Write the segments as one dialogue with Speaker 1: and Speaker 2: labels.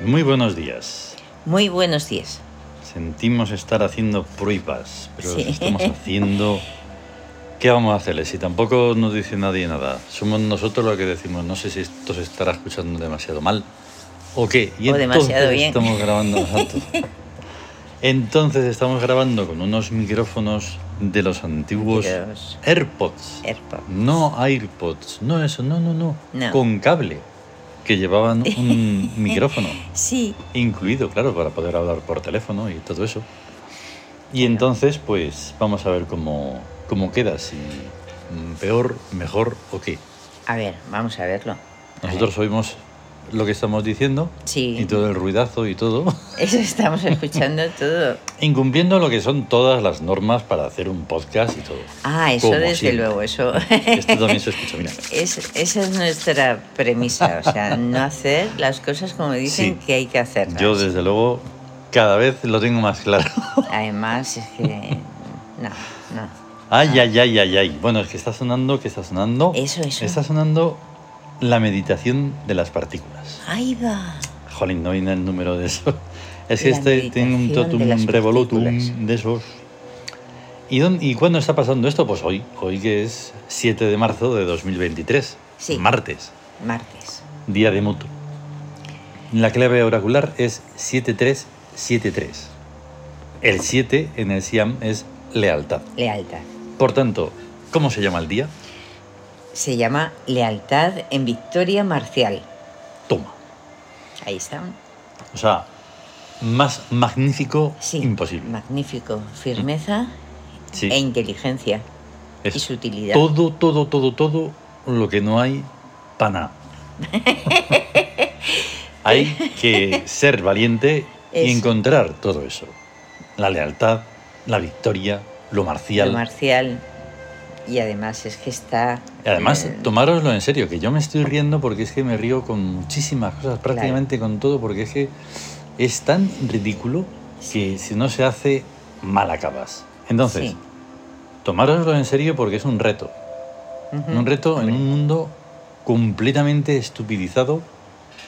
Speaker 1: Muy buenos días.
Speaker 2: Muy buenos días.
Speaker 1: Sentimos estar haciendo pruebas, pero
Speaker 2: Sí.
Speaker 1: las estamos haciendo. ¿Qué vamos a hacerles? Si tampoco nos dice nadie nada, somos nosotros los que decimos, no sé si esto se estará escuchando demasiado mal o qué.
Speaker 2: O
Speaker 1: entonces
Speaker 2: demasiado bien.
Speaker 1: Estamos grabando nosotros. Entonces estamos grabando con unos micrófonos de los antiguos
Speaker 2: Micros.
Speaker 1: AirPods.
Speaker 2: AirPods.
Speaker 1: No AirPods, no eso, no, no, no.
Speaker 2: No.
Speaker 1: Con cable, que llevaban un micrófono
Speaker 2: Sí,
Speaker 1: incluido, claro, para poder hablar por teléfono y todo eso. Y entonces, pues vamos a ver cómo, cómo queda, si mm, peor, mejor o qué.
Speaker 2: a ver, vamos a verlo. A
Speaker 1: Nosotros oímos lo que estamos diciendo
Speaker 2: ver. Sí,
Speaker 1: y todo el ruidazo y todo,
Speaker 2: eso estamos escuchando todo.
Speaker 1: incumpliendo lo que son todas las normas para hacer un podcast y todo.
Speaker 2: Ah, eso
Speaker 1: Como
Speaker 2: desde
Speaker 1: siempre.
Speaker 2: luego, eso.
Speaker 1: Esto también se escucha, mira.
Speaker 2: Es- esa es nuestra premisa, o sea, no hacer las cosas como dicen
Speaker 1: Sí.
Speaker 2: que hay que hacerlas.
Speaker 1: Yo, desde luego, cada vez lo tengo más claro.
Speaker 2: Además, es que. No, no.
Speaker 1: Ay, ay, ay, ay, ay. Bueno, es que está sonando, que está sonando.
Speaker 2: Eso, eso.
Speaker 1: Está sonando la meditación de las partículas.
Speaker 2: Ahí va.
Speaker 1: Jolín, no viene el número de eso. Es que
Speaker 2: La
Speaker 1: este tiene un
Speaker 2: meditación de las
Speaker 1: totum revolutum
Speaker 2: partículas.
Speaker 1: de esos. ¿Y, dónde- ¿Y cuándo está pasando esto? Pues hoy. Hoy que es 7 de marzo de 2023.
Speaker 2: Sí.
Speaker 1: Martes,
Speaker 2: Martes.
Speaker 1: día de mutu. La clave oracular es 7373. El 7 en el Siam es lealtad.
Speaker 2: Lealtad.
Speaker 1: Por tanto, ¿cómo se llama el día?
Speaker 2: Se llama Lealtad en Victoria Marcial.
Speaker 1: Toma.
Speaker 2: Ahí están.
Speaker 1: O sea, más magnífico
Speaker 2: Sí.
Speaker 1: imposible. Mm.
Speaker 2: Magnífico. Firmeza
Speaker 1: Sí,
Speaker 2: e inteligencia.
Speaker 1: es
Speaker 2: y sutilidad.
Speaker 1: todo, todo, todo, todo lo que no hay pana. hay que ser valiente y
Speaker 2: Eso.
Speaker 1: encontrar todo eso. La lealtad, la victoria, lo marcial.
Speaker 2: Lo marcial. Y además es que está.
Speaker 1: Y Además,
Speaker 2: eh,
Speaker 1: tomároslo en serio, que yo me estoy riendo porque es que me río con muchísimas cosas, prácticamente con todo, porque es que es tan ridículo que si no se hace, mal acabas. Entonces,
Speaker 2: Sí.
Speaker 1: tomároslo en serio porque es un reto.
Speaker 2: ujú,
Speaker 1: Un reto
Speaker 2: hombre,
Speaker 1: en un mundo completamente estupidizado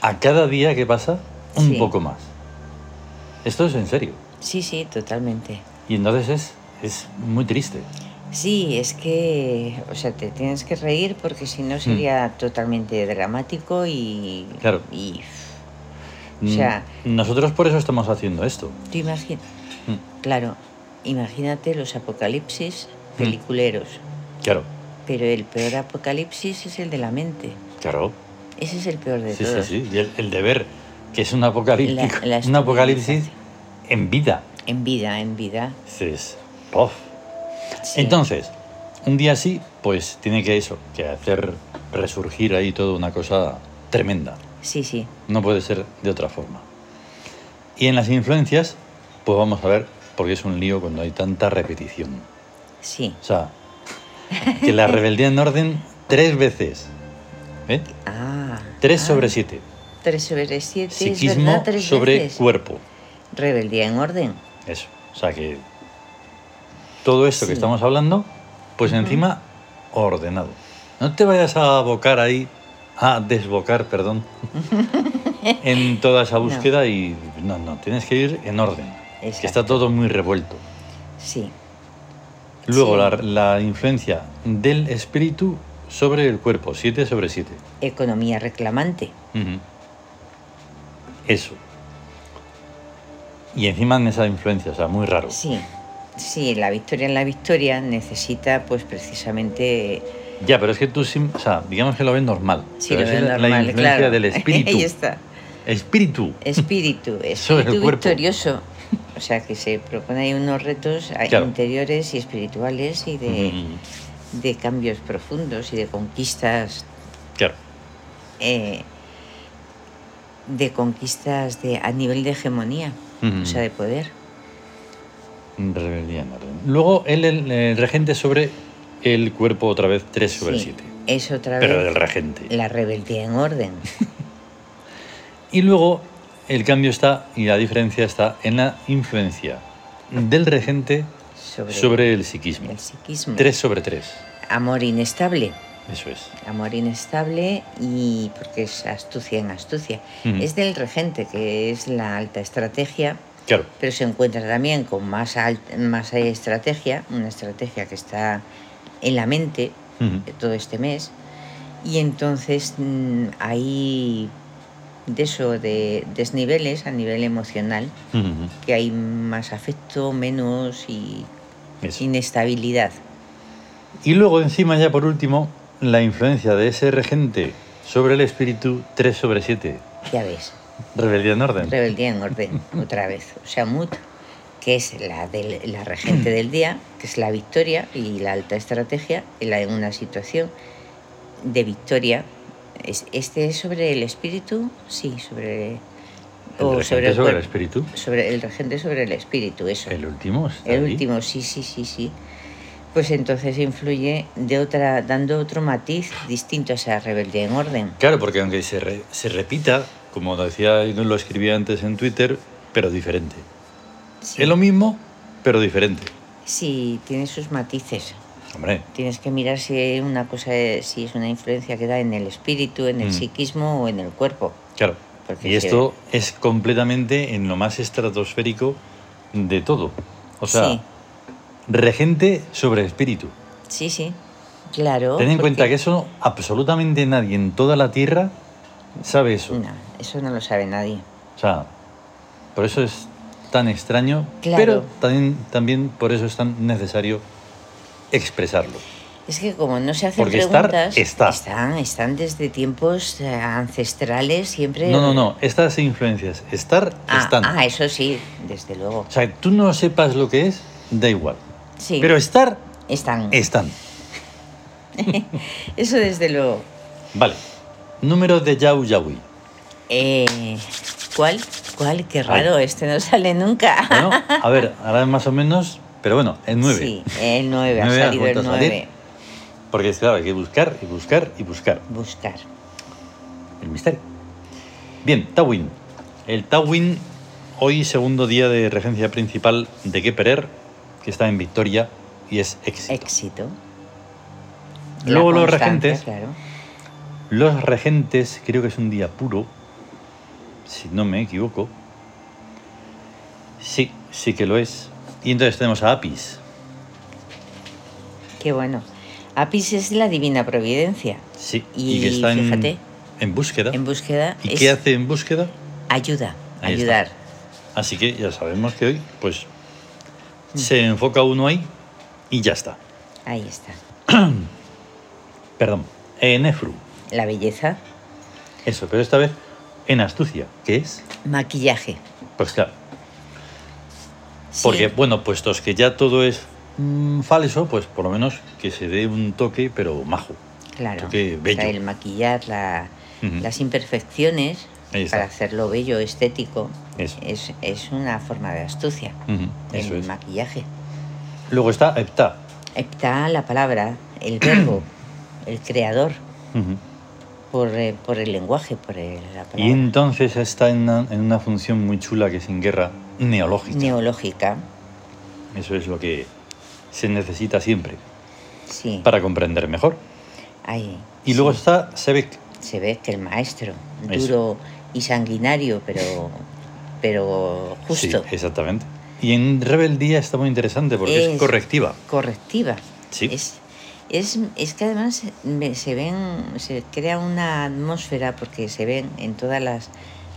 Speaker 1: a cada día que pasa un
Speaker 2: Sí.
Speaker 1: poco más. Esto es en serio.
Speaker 2: Sí, sí, totalmente.
Speaker 1: Y entonces es, es muy triste.
Speaker 2: Sí, es que. O sea, te tienes que reír porque si
Speaker 1: Mm.
Speaker 2: no sería totalmente dramático y.
Speaker 1: Claro.
Speaker 2: Y. O
Speaker 1: Mm,
Speaker 2: sea-
Speaker 1: Nosotros por eso estamos haciendo esto.
Speaker 2: Tú imaginas.
Speaker 1: Mm,
Speaker 2: Claro, imagínate los apocalipsis
Speaker 1: Mm.
Speaker 2: peliculeros.
Speaker 1: Claro,
Speaker 2: Pero el peor apocalipsis es el de la mente.
Speaker 1: claro.
Speaker 2: Ese es el peor de
Speaker 1: Sí, sí,
Speaker 2: todos.
Speaker 1: sí. Y el, el deber, que es un apocalíptico,
Speaker 2: La- la
Speaker 1: un apocalipsis en vida.
Speaker 2: En vida, en vida.
Speaker 1: Dices, "Pof".
Speaker 2: sí.
Speaker 1: Entonces, un día así, pues tiene que eso, que hacer resurgir ahí toda una cosa tremenda.
Speaker 2: Sí, sí.
Speaker 1: No puede ser de otra forma. Y en las influencias, pues vamos a ver, porque es un lío cuando hay tanta repetición.
Speaker 2: Sí.
Speaker 1: O sea, que la rebeldía en orden tres veces. ¿eh?
Speaker 2: Ah.
Speaker 1: Tres
Speaker 2: ah,
Speaker 1: sobre siete.
Speaker 2: Tres sobre siete. es
Speaker 1: Psiquismo
Speaker 2: verdad, tres
Speaker 1: sobre
Speaker 2: veces.
Speaker 1: cuerpo.
Speaker 2: Rebeldía en orden.
Speaker 1: Eso. O sea que todo esto que
Speaker 2: Sí.
Speaker 1: estamos hablando, pues encima ordenado. No te vayas a abocar ahí, a desbocar, perdón, en toda esa búsqueda y no, no, tienes que ir en orden. Que está
Speaker 2: Exacto.
Speaker 1: todo muy revuelto.
Speaker 2: Sí.
Speaker 1: Luego
Speaker 2: Sí.
Speaker 1: la, la influencia del espíritu sobre el cuerpo, 7 sobre 7.
Speaker 2: Economía reclamante.
Speaker 1: Ujú. Eso. Y encima en esa influencia, o sea, muy raro.
Speaker 2: Sí. Sí, la victoria en la victoria necesita, pues precisamente.
Speaker 1: Ya, pero es que tú, sim- o sea, digamos que lo ves normal.
Speaker 2: Sí,
Speaker 1: pero
Speaker 2: lo
Speaker 1: es
Speaker 2: ven
Speaker 1: la-
Speaker 2: normal,
Speaker 1: la influencia
Speaker 2: claro.
Speaker 1: del espíritu.
Speaker 2: Ahí está.
Speaker 1: Espíritu.
Speaker 2: Espíritu,
Speaker 1: Sobre el
Speaker 2: espíritu
Speaker 1: cuerpo.
Speaker 2: victorioso. O sea, que se propone ahí unos retos a-
Speaker 1: Claro.
Speaker 2: interiores y espirituales y de,
Speaker 1: Mm,
Speaker 2: de cambios profundos y de conquistas,
Speaker 1: claro.
Speaker 2: eh, de conquistas de, a nivel de hegemonía,
Speaker 1: Ujú.
Speaker 2: o sea, de poder.
Speaker 1: Rebeldía en orden. Luego el, el, eh, regente sobre el cuerpo otra vez 3 sobre
Speaker 2: Sí,
Speaker 1: 7.
Speaker 2: Es otra
Speaker 1: Pero
Speaker 2: vez
Speaker 1: del regente.
Speaker 2: la rebeldía en orden.
Speaker 1: Y luego el cambio está, y la diferencia está en la influencia del regente
Speaker 2: Sobre,
Speaker 1: sobre el psiquismo.
Speaker 2: el psiquismo.
Speaker 1: 3 sobre 3.
Speaker 2: Amor inestable.
Speaker 1: Eso es.
Speaker 2: Amor inestable y porque es astucia en astucia.
Speaker 1: Ujú.
Speaker 2: Es del regente, que es la alta estrategia,
Speaker 1: Claro.
Speaker 2: pero se encuentra también con más, alt- más estrategia, una estrategia que está en la mente
Speaker 1: Ujú.
Speaker 2: todo este mes. Y entonces mm, hay de eso, de desniveles a nivel emocional,
Speaker 1: Ujú.
Speaker 2: que hay más afecto, menos y
Speaker 1: Eso.
Speaker 2: inestabilidad.
Speaker 1: Y luego encima ya por último, la influencia de ese regente sobre el espíritu 3 sobre 7.
Speaker 2: Ya ves.
Speaker 1: Rebeldía en orden.
Speaker 2: Rebeldía en orden, otra vez. O sea, Mut, que es la, del- la regente del día, que es la victoria y la alta estrategia en, la- en una situación de victoria. Es, ¿Este es sobre el espíritu? Sí, sobre...
Speaker 1: El
Speaker 2: o
Speaker 1: regente sobre el,
Speaker 2: cuerpo.
Speaker 1: espíritu.
Speaker 2: Sobre el regente sobre el espíritu, eso.
Speaker 1: El último. está
Speaker 2: El
Speaker 1: ahí.
Speaker 2: último, sí, sí, sí, sí. Pues entonces influye de otra, dando otro matiz distinto a esa rebeldía en orden.
Speaker 1: Claro, porque aunque se, re- se repita, como decía, y lo escribía antes en Twitter, pero diferente.
Speaker 2: Sí,
Speaker 1: Es lo mismo, pero diferente.
Speaker 2: sí, tiene sus matices.
Speaker 1: Hombre,
Speaker 2: Tienes que mirar si una cosa es- si es una influencia que da en el espíritu, en el
Speaker 1: Mm.
Speaker 2: psiquismo o en el cuerpo.
Speaker 1: claro.
Speaker 2: Porque
Speaker 1: Y
Speaker 2: si-
Speaker 1: esto es completamente en lo más estratosférico de todo. O sea,
Speaker 2: Sí.
Speaker 1: regente sobre espíritu.
Speaker 2: Sí, sí. Claro.
Speaker 1: Ten en
Speaker 2: porque-
Speaker 1: cuenta que eso absolutamente nadie en toda la Tierra sabe eso.
Speaker 2: No, eso no lo sabe nadie.
Speaker 1: O sea, por eso es tan extraño,
Speaker 2: Claro.
Speaker 1: pero también, también por eso es tan necesario expresarlo.
Speaker 2: Es que como no se hacen
Speaker 1: Porque estar,
Speaker 2: preguntas,
Speaker 1: está.
Speaker 2: están, están desde tiempos eh, ancestrales siempre.
Speaker 1: No, no, no, estas influencias, estar,
Speaker 2: eh. Ah,
Speaker 1: están.
Speaker 2: ah, eso sí, desde luego.
Speaker 1: O sea, que tú no sepas lo que es, da igual.
Speaker 2: Sí, Mm.
Speaker 1: Pero estar,
Speaker 2: están.
Speaker 1: están.
Speaker 2: Eso desde luego.
Speaker 1: Vale. Número de Yau Yaui.
Speaker 2: Eh, ¿Cuál? ¿Cuál? Qué raro, este no sale nunca.
Speaker 1: Bueno, a ver, ahora más o menos, pero bueno, el 9.
Speaker 2: Sí, el 9, ha
Speaker 1: Nueve, ha
Speaker 2: salido
Speaker 1: vuelto
Speaker 2: el
Speaker 1: a salir.
Speaker 2: 9.
Speaker 1: Porque es claro, hay que buscar y buscar y buscar.
Speaker 2: Buscar.
Speaker 1: El misterio. Bien, Tawin. El Tawin, hoy segundo día de regencia principal de Keperer, que está en Victoria y es éxito.
Speaker 2: Éxito. La
Speaker 1: Luego los
Speaker 2: constancia,
Speaker 1: regentes.
Speaker 2: Claro.
Speaker 1: Los regentes, creo que es un día puro, si no me equivoco. Sí, sí que lo es. Y entonces tenemos a Apis.
Speaker 2: Qué bueno. Apis es la divina providencia.
Speaker 1: Sí,
Speaker 2: Y
Speaker 1: que está en-
Speaker 2: fíjate.
Speaker 1: en, búsqueda.
Speaker 2: En búsqueda
Speaker 1: ¿Y
Speaker 2: es
Speaker 1: qué hace en búsqueda?
Speaker 2: ayuda,
Speaker 1: Ahí está.
Speaker 2: ayudar.
Speaker 1: Así que ya sabemos que hoy, pues, se enfoca uno ahí y ya está.
Speaker 2: Ahí está.
Speaker 1: Perdón, en Efru.
Speaker 2: La belleza,
Speaker 1: Eso, pero esta vez en astucia, que es,
Speaker 2: maquillaje.
Speaker 1: pues claro,
Speaker 2: Sí,
Speaker 1: porque bueno, puestos que ya todo es mm, falso, pues por lo menos que se dé un toque, pero majo.
Speaker 2: claro.
Speaker 1: qué bello.
Speaker 2: O sea, el maquillar la-
Speaker 1: Ujú.
Speaker 2: las imperfecciones
Speaker 1: Ahí está.
Speaker 2: para hacerlo bello, estético,
Speaker 1: Eso.
Speaker 2: es, es una forma de astucia.
Speaker 1: Ujú, eso
Speaker 2: el
Speaker 1: es.
Speaker 2: maquillaje.
Speaker 1: Luego está Epta.
Speaker 2: Está la palabra, el verbo, el creador,
Speaker 1: Ujú.
Speaker 2: por, eh, por el lenguaje, por el- la palabra.
Speaker 1: Y entonces está en una, en una función muy chula que es en guerra neológica.
Speaker 2: Neológica,
Speaker 1: Eso es lo que se necesita siempre
Speaker 2: sí.
Speaker 1: para comprender mejor.
Speaker 2: Ahí.
Speaker 1: Y luego
Speaker 2: sí,
Speaker 1: está Sebek.
Speaker 2: se ve que el maestro,
Speaker 1: Eso.
Speaker 2: duro y sanguinario, pero, pero justo,
Speaker 1: Sí, exactamente. Y en rebeldía está muy interesante porque es,
Speaker 2: Es-
Speaker 1: correctiva.
Speaker 2: correctiva.
Speaker 1: Sí.
Speaker 2: Es, es, es que además me- se ven, se crea una atmósfera porque se ven en todas las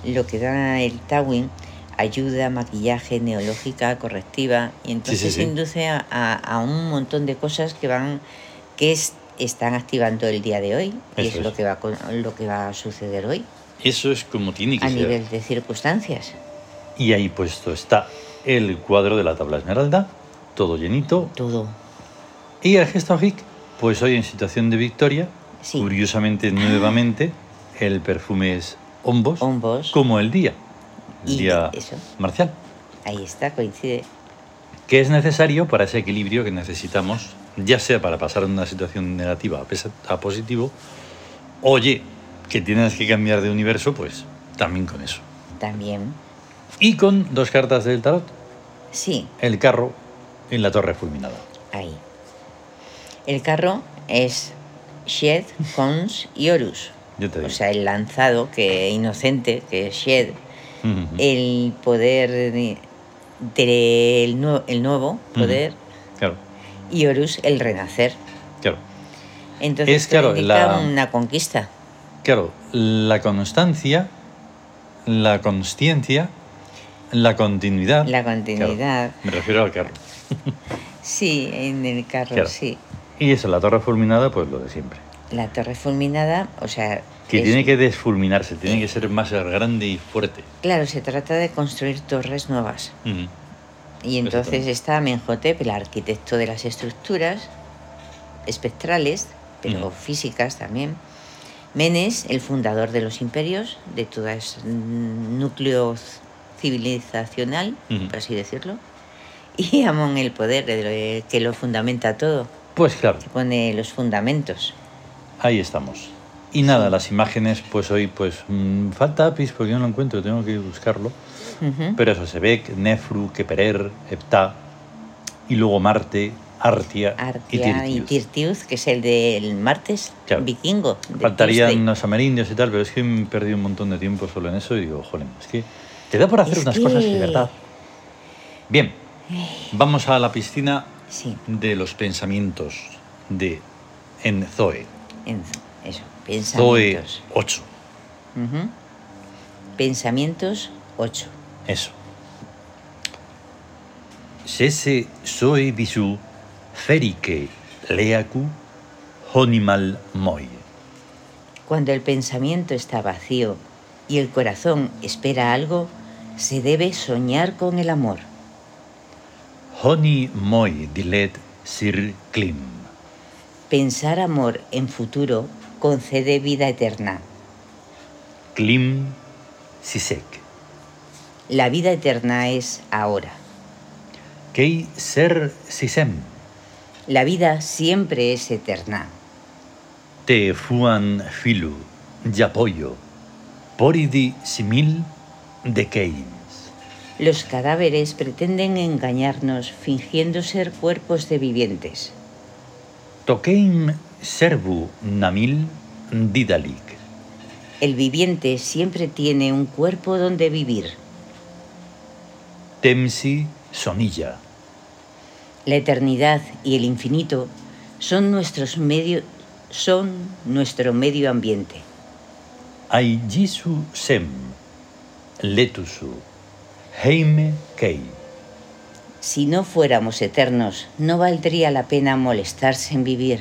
Speaker 2: lo que da el Tawin, ayuda, maquillaje, neológica, correctiva, y entonces
Speaker 1: sí.
Speaker 2: induce a, a- a un montón de cosas que van, que es- están activando el día de hoy, y
Speaker 1: Eso
Speaker 2: es,
Speaker 1: es.
Speaker 2: Lo, que va, a con- lo que va a suceder hoy.
Speaker 1: Eso es como tiene que
Speaker 2: a
Speaker 1: ser.
Speaker 2: nivel de circunstancias.
Speaker 1: Y ahí puesto está el cuadro de la tabla esmeralda, todo llenito.
Speaker 2: Todo.
Speaker 1: Y el gesto hic, pues hoy en situación de victoria,
Speaker 2: Sí.
Speaker 1: curiosamente nuevamente, el perfume es hombos,
Speaker 2: Hombos.
Speaker 1: como el día, el
Speaker 2: Y
Speaker 1: día
Speaker 2: eso.
Speaker 1: marcial,
Speaker 2: Ahí está, coincide.
Speaker 1: que es necesario para ese equilibrio que necesitamos, ya sea para pasar de una situación negativa a pesa- a positivo, oye, que tienes que cambiar de universo, pues también con eso.
Speaker 2: También.
Speaker 1: Y con dos cartas del tarot,
Speaker 2: Sí,
Speaker 1: el carro en la torre fulminada.
Speaker 2: ahí. El carro es Shed, Cons y Horus.
Speaker 1: Yo te
Speaker 2: O
Speaker 1: digo.
Speaker 2: sea, el lanzado, que inocente, que es Shed,
Speaker 1: Ujú.
Speaker 2: el poder de- del nue- el nuevo poder
Speaker 1: Claro,
Speaker 2: y Horus el renacer.
Speaker 1: claro.
Speaker 2: Entonces
Speaker 1: Es, claro,
Speaker 2: esto indica
Speaker 1: la-
Speaker 2: una conquista.
Speaker 1: Claro, la constancia, la consciencia, la continuidad.
Speaker 2: La continuidad.
Speaker 1: Me refiero al carro.
Speaker 2: Sí, en el carro,
Speaker 1: Claro.
Speaker 2: sí.
Speaker 1: Y eso, la torre fulminada, pues lo de siempre.
Speaker 2: La torre fulminada, o sea...
Speaker 1: Que
Speaker 2: es-
Speaker 1: tiene que desfulminarse, tiene que ser más grande y fuerte.
Speaker 2: Claro, se trata de construir torres nuevas.
Speaker 1: Ujú.
Speaker 2: Y entonces está Menhotep, el arquitecto de las estructuras espectrales, pero
Speaker 1: Ujú.
Speaker 2: físicas también. Menes, el fundador de los imperios, de todo ese mm, núcleo c- civilizacional,
Speaker 1: Ujú.
Speaker 2: por así decirlo. Y Amón, el poder de lo- eh, que lo fundamenta todo,
Speaker 1: Pues claro,
Speaker 2: que pone los fundamentos.
Speaker 1: ahí estamos. Y nada, las imágenes, pues hoy, pues mm, falta Apis porque yo no lo encuentro, tengo que buscarlo.
Speaker 2: Ujú.
Speaker 1: Pero eso, Sebek, Nefru, Keperer, Heptah, y luego Marte, Artia,
Speaker 2: Artia y
Speaker 1: Tirtius.
Speaker 2: Tirtius, que es el del martes
Speaker 1: Claro.
Speaker 2: vikingo. de Tuesday.
Speaker 1: Faltarían los amerindios y tal, pero es que me perdí un montón de tiempo solo en eso y digo, jolín, es que te da por hacer
Speaker 2: Es
Speaker 1: unas cosas de
Speaker 2: que-
Speaker 1: verdad. Bien, vamos a la piscina
Speaker 2: Sí,
Speaker 1: de los pensamientos de en Zoe,
Speaker 2: en- eso,
Speaker 1: Zoe
Speaker 2: pensamientos.
Speaker 1: 8,
Speaker 2: Ujú. Pensamientos 8.
Speaker 1: eso. Sese Zoe Bisu Ferike Leaku Honimal Moi.
Speaker 2: Cuando el pensamiento está vacío y el corazón espera algo, se debe soñar con el amor.
Speaker 1: Honi Moi Dilet Sir Klim.
Speaker 2: Pensar amor en futuro concede vida eterna.
Speaker 1: Klim Sisek.
Speaker 2: La vida eterna es ahora.
Speaker 1: Kei ser sisem,
Speaker 2: La vida siempre es eterna.
Speaker 1: te fuan filu, yapollo, poridi simil de Keynes.
Speaker 2: Los cadáveres pretenden engañarnos fingiendo ser cuerpos de vivientes.
Speaker 1: Tokeim servu namil didalic,
Speaker 2: El viviente siempre tiene un cuerpo donde vivir.
Speaker 1: temsi sonilla,
Speaker 2: La eternidad y el infinito son nuestros medio, son nuestro medio ambiente.
Speaker 1: aigisu sem, letusu, heime kei.
Speaker 2: Si no fuéramos eternos, no valdría la pena molestarse en vivir.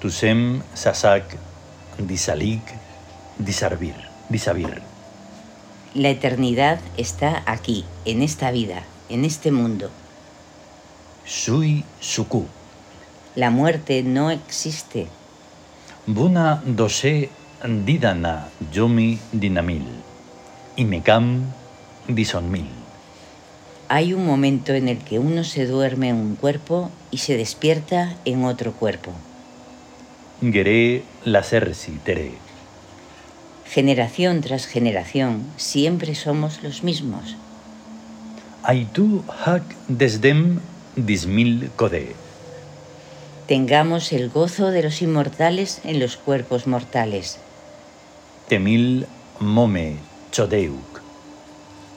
Speaker 1: Tusem sasak disalic, disarvir, disavir.
Speaker 2: La eternidad está aquí, en esta vida, en este mundo.
Speaker 1: Sui suku.
Speaker 2: La muerte no existe.
Speaker 1: Buna dose didana yomi dinamil. Y mecam disonmil.
Speaker 2: Hay un momento en el que uno se duerme en un cuerpo y se despierta en otro cuerpo.
Speaker 1: Geré lacersi tere.
Speaker 2: Generación tras generación, siempre somos los mismos.
Speaker 1: Aitu hac desdem dismil code.
Speaker 2: Tengamos el gozo de los inmortales en los cuerpos mortales.
Speaker 1: Temil mome chodeuc.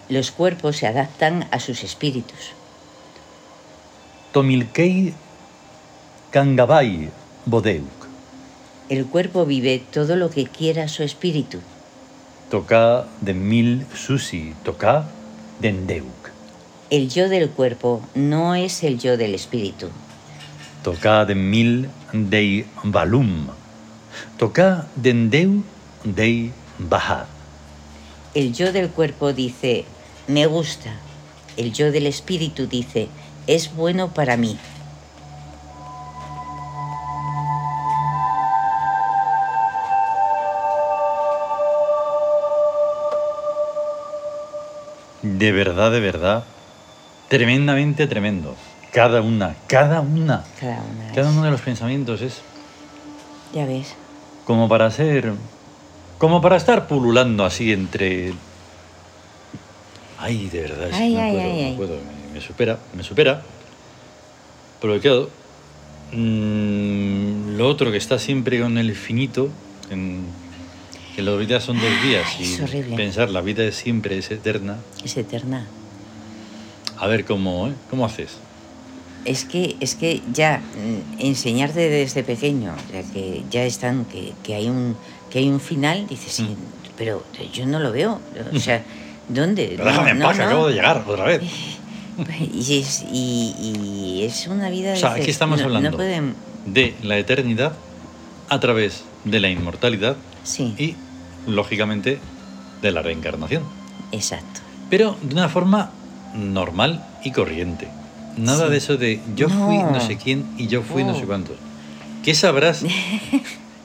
Speaker 2: Los cuerpos se adaptan a sus espíritus.
Speaker 1: Tomilkei kangabai bodeuc.
Speaker 2: El cuerpo vive todo lo que quiera su espíritu.
Speaker 1: Toca de mil susi toca dendeuc.
Speaker 2: El yo del cuerpo no es el yo del espíritu.
Speaker 1: Toca de mil dei valum. Toca dendeu dei baja.
Speaker 2: El yo del cuerpo dice, me gusta. El yo del espíritu dice, es bueno para mí.
Speaker 1: De verdad, de verdad. Tremendamente tremendo. Cada una, cada una.
Speaker 2: Cada una.
Speaker 1: Cada
Speaker 2: es-
Speaker 1: uno de los pensamientos es
Speaker 2: Ya ves.
Speaker 1: como para ser. como para estar pululando así entre. Ay, de verdad, es que
Speaker 2: Ay,
Speaker 1: no
Speaker 2: ay,
Speaker 1: puedo,
Speaker 2: ay,
Speaker 1: no
Speaker 2: ay.
Speaker 1: puedo, Me, me supera, me supera. Pero claro, mm, Lo otro que está siempre con el finito, en, que la vida son dos días
Speaker 2: Ah, es
Speaker 1: y
Speaker 2: horrible.
Speaker 1: pensar la vida es siempre es eterna.
Speaker 2: Es eterna.
Speaker 1: A ver cómo, ¿eh? ¿Cómo haces?
Speaker 2: Es que, es que ya mm, enseñarte desde pequeño, o sea, que ya están, que, que hay un que hay un final, dices, sí, pero yo no lo veo. O sea, ¿dónde?
Speaker 1: Pero
Speaker 2: No,
Speaker 1: déjame en
Speaker 2: no,
Speaker 1: paz, que
Speaker 2: no.
Speaker 1: acabo de llegar otra vez.
Speaker 2: Y es, y, y es una vida...
Speaker 1: O sea,
Speaker 2: dices,
Speaker 1: aquí estamos
Speaker 2: no-
Speaker 1: hablando.
Speaker 2: No pueden...
Speaker 1: De la eternidad a través de la inmortalidad
Speaker 2: Sí,
Speaker 1: y, lógicamente, de la reencarnación.
Speaker 2: exacto.
Speaker 1: Pero de una forma normal y corriente. Nada
Speaker 2: Sí.
Speaker 1: de eso de yo fui
Speaker 2: No.
Speaker 1: no sé quién y yo fui no, sé
Speaker 2: No.
Speaker 1: cuántos. ¿Qué sabrás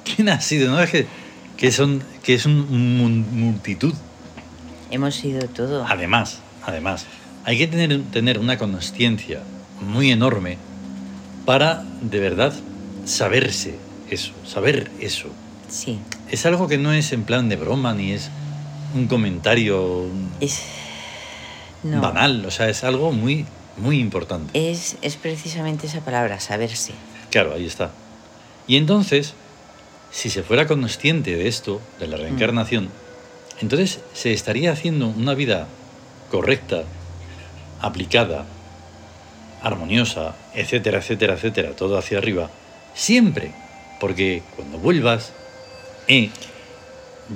Speaker 1: quién ha sido? No es que, que son, que es un mun- multitud.
Speaker 2: Hemos sido todo.
Speaker 1: Además, además, hay que tener, tener una conciencia muy enorme para de verdad saberse eso, saber eso.
Speaker 2: Sí,
Speaker 1: Es algo que no es en plan de broma ni es un comentario
Speaker 2: es... No.
Speaker 1: banal, o sea, es algo muy, muy importante.
Speaker 2: Es, es precisamente esa palabra, saberse.
Speaker 1: Claro, ahí está. Y entonces, si se fuera consciente de esto, de
Speaker 2: Mm.
Speaker 1: la reencarnación, entonces se estaría haciendo una vida correcta, aplicada, armoniosa, etcétera, etcétera, etcétera, todo hacia arriba, siempre. Porque cuando vuelvas, eh,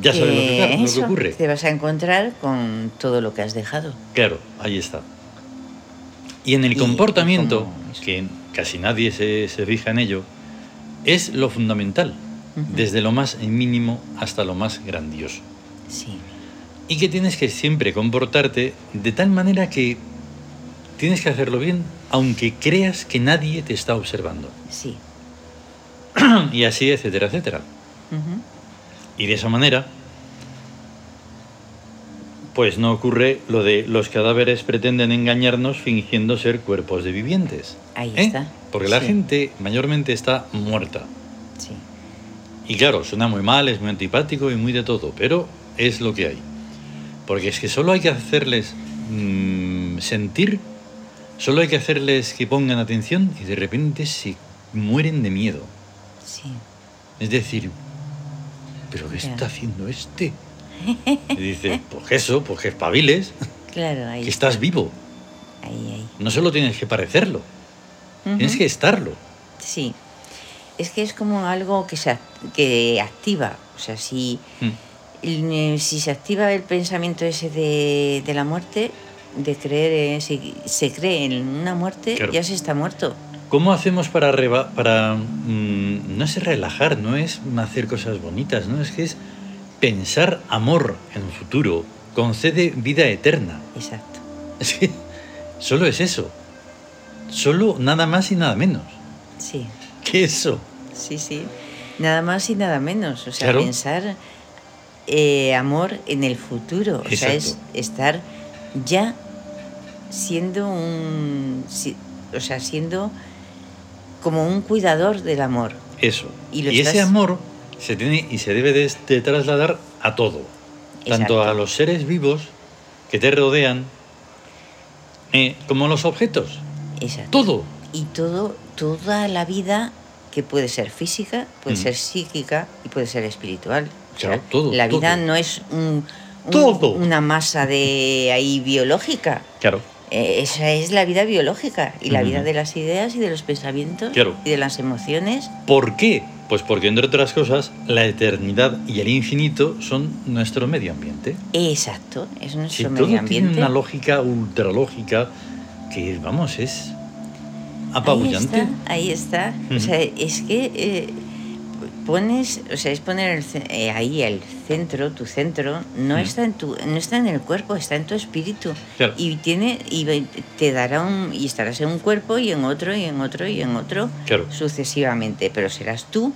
Speaker 1: ya sabes lo que,
Speaker 2: Eh,
Speaker 1: lo que
Speaker 2: eso,
Speaker 1: ocurre.
Speaker 2: Te vas a encontrar con todo lo que has dejado.
Speaker 1: Claro, ahí está. Y en el
Speaker 2: Y
Speaker 1: comportamiento,
Speaker 2: como eso.
Speaker 1: que casi nadie se, se fija en ello, es lo fundamental,
Speaker 2: Ujú.
Speaker 1: desde lo más mínimo hasta lo más grandioso.
Speaker 2: Sí,
Speaker 1: Y que tienes que siempre comportarte de tal manera que tienes que hacerlo bien, aunque creas que nadie te está observando.
Speaker 2: sí.
Speaker 1: Y así, etcétera, etcétera.
Speaker 2: Ujú.
Speaker 1: Y de esa manera, pues no ocurre lo de los cadáveres pretenden engañarnos fingiendo ser cuerpos de vivientes.
Speaker 2: Ahí
Speaker 1: ¿Eh?
Speaker 2: está.
Speaker 1: Porque la
Speaker 2: Sí.
Speaker 1: gente mayormente está muerta.
Speaker 2: Sí,
Speaker 1: Y claro, suena muy mal, es muy antipático y muy de todo, pero es lo que hay. Porque es que solo hay que hacerles mm, sentir, solo hay que hacerles que pongan atención y de repente se mueren de miedo.
Speaker 2: sí.
Speaker 1: Es decir, ¿pero qué
Speaker 2: Ya.
Speaker 1: está haciendo este? Y dice, pues eso, pues que espabiles,
Speaker 2: Claro, ahí.
Speaker 1: que estás vivo.
Speaker 2: Ahí,
Speaker 1: No solo tienes que parecerlo,
Speaker 2: ahí. Ujú.
Speaker 1: tienes que estarlo.
Speaker 2: Sí. Es que es como algo que se act- que activa. O sea, si,
Speaker 1: Mm.
Speaker 2: eh, si se activa el pensamiento ese de, de la muerte, de creer, eh, si se cree en una muerte,
Speaker 1: Claro.
Speaker 2: ya se está muerto.
Speaker 1: ¿Cómo hacemos para, reba- para mm, no es relajar, no es hacer cosas bonitas, no es que es pensar amor en futuro, concede vida eterna.
Speaker 2: Exacto.
Speaker 1: Es que solo es eso, solo nada más y nada menos
Speaker 2: Sí,
Speaker 1: que eso.
Speaker 2: sí, sí. Nada más y nada menos. O sea,
Speaker 1: Claro.
Speaker 2: pensar eh, amor en el futuro. O sea, es
Speaker 1: Exacto.
Speaker 2: estar ya siendo un. si- o sea, siendo como un cuidador del amor.
Speaker 1: Eso.
Speaker 2: Y
Speaker 1: Y,
Speaker 2: lo
Speaker 1: ese
Speaker 2: estás-
Speaker 1: amor se tiene y se debe de, de trasladar a todo, tanto
Speaker 2: Exacto.
Speaker 1: a los seres vivos que te rodean, eh, como a los objetos.
Speaker 2: Exacto.
Speaker 1: Todo.
Speaker 2: Y todo, toda la vida que puede ser física, puede
Speaker 1: Mm.
Speaker 2: ser psíquica y puede ser espiritual. O sea,
Speaker 1: Claro, todo,
Speaker 2: La vida
Speaker 1: todo.
Speaker 2: no es un, un-
Speaker 1: Todo.
Speaker 2: una masa de ahí biológica.
Speaker 1: Claro.
Speaker 2: Eh, esa es la vida biológica y la vida
Speaker 1: Ujú.
Speaker 2: de las ideas y de los pensamientos
Speaker 1: Claro.
Speaker 2: y de las emociones.
Speaker 1: ¿Por qué? Pues porque, entre otras cosas, la eternidad y el infinito son nuestro medio ambiente.
Speaker 2: Exacto, es nuestro
Speaker 1: Si todo
Speaker 2: medio
Speaker 1: tiene
Speaker 2: ambiente.
Speaker 1: una lógica ultralógica que, vamos, es apabullante.
Speaker 2: Ahí está, ahí está.
Speaker 1: Ujú.
Speaker 2: O sea, es que eh, pones, o sea, es poner el ce- eh, ahí el centro, tu centro, no
Speaker 1: Mm.
Speaker 2: está en tu, no está en el cuerpo, está en tu espíritu.
Speaker 1: Claro.
Speaker 2: Y tiene, y ve- te dará un, y estarás en un cuerpo y en otro y en otro y en otro
Speaker 1: Claro,
Speaker 2: sucesivamente, pero serás tú,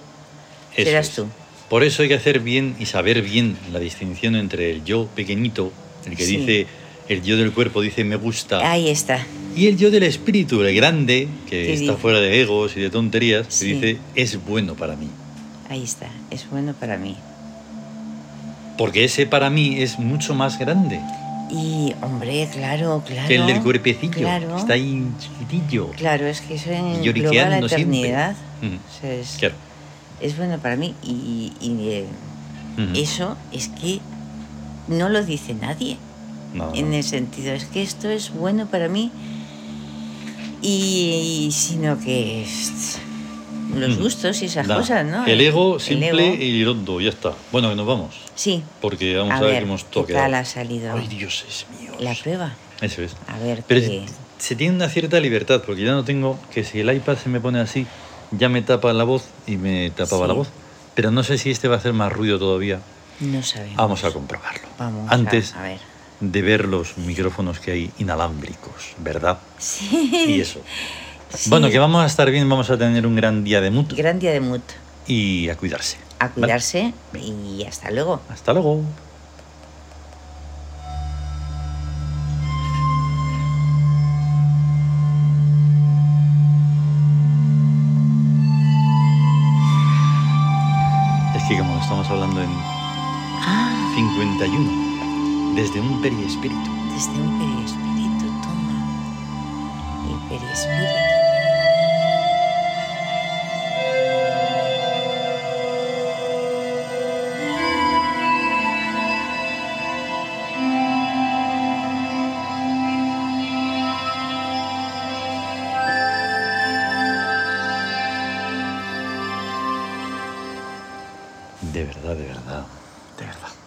Speaker 1: eso
Speaker 2: serás
Speaker 1: es.
Speaker 2: tú.
Speaker 1: Por eso hay que hacer bien y saber bien la distinción entre el yo pequeñito, el que
Speaker 2: Sí.
Speaker 1: dice, el yo del cuerpo dice me gusta,
Speaker 2: Ahí está.
Speaker 1: y el yo del espíritu, el grande, que
Speaker 2: Que
Speaker 1: está
Speaker 2: dice-
Speaker 1: fuera de egos y de tonterías, que
Speaker 2: Sí.
Speaker 1: dice es bueno para mí.
Speaker 2: Ahí está, es bueno para mí.
Speaker 1: Porque ese para mí es mucho más grande.
Speaker 2: Y, hombre, claro, claro.
Speaker 1: que el del cuerpecillo.
Speaker 2: Claro.
Speaker 1: Está ahí chiquitillo.
Speaker 2: Claro, es que eso engloba la
Speaker 1: Lloriqueando siempre.
Speaker 2: eternidad.
Speaker 1: Mm,
Speaker 2: O sea, es-
Speaker 1: Claro.
Speaker 2: es bueno para mí. Y, y, eh,
Speaker 1: Ujú.
Speaker 2: eso es que no lo dice nadie.
Speaker 1: No,
Speaker 2: En
Speaker 1: no.
Speaker 2: el sentido, es que esto es bueno para mí. Y, y sino que es- los
Speaker 1: Mm.
Speaker 2: gustos y esas
Speaker 1: Da.
Speaker 2: cosas, ¿no?
Speaker 1: El ego
Speaker 2: El
Speaker 1: simple
Speaker 2: ego.
Speaker 1: y rondo, ya está. Bueno, que nos vamos.
Speaker 2: Sí.
Speaker 1: Porque vamos a,
Speaker 2: a
Speaker 1: ver,
Speaker 2: ver,
Speaker 1: qué hemos
Speaker 2: ¿qué tal ha
Speaker 1: tocado.
Speaker 2: salido
Speaker 1: Ay, Dios es mío.
Speaker 2: la prueba?
Speaker 1: Eso es.
Speaker 2: A ver,
Speaker 1: Pero
Speaker 2: qué-
Speaker 1: se, se tiene una cierta libertad, porque ya no tengo que si el iPad se me pone así, ya me tapa la voz y me tapaba
Speaker 2: Sí.
Speaker 1: la voz. Pero no sé si este va a hacer más ruido todavía.
Speaker 2: no sabemos.
Speaker 1: Vamos a comprobarlo.
Speaker 2: Vamos a-
Speaker 1: Antes
Speaker 2: a ver.
Speaker 1: de ver los micrófonos que hay inalámbricos, ¿verdad?
Speaker 2: Sí.
Speaker 1: Y eso.
Speaker 2: Sí.
Speaker 1: Bueno, que vamos a estar bien, vamos a tener un gran día de mut
Speaker 2: Gran día de Mut.
Speaker 1: y a cuidarse.
Speaker 2: A
Speaker 1: ¿vale?
Speaker 2: cuidarse y hasta luego.
Speaker 1: Hasta luego. Es que como estamos hablando en
Speaker 2: Ah,
Speaker 1: 51, desde un periespíritu.
Speaker 2: desde un periespíritu, toma. El periespíritu.
Speaker 1: De verdad, de verdad, de verdad.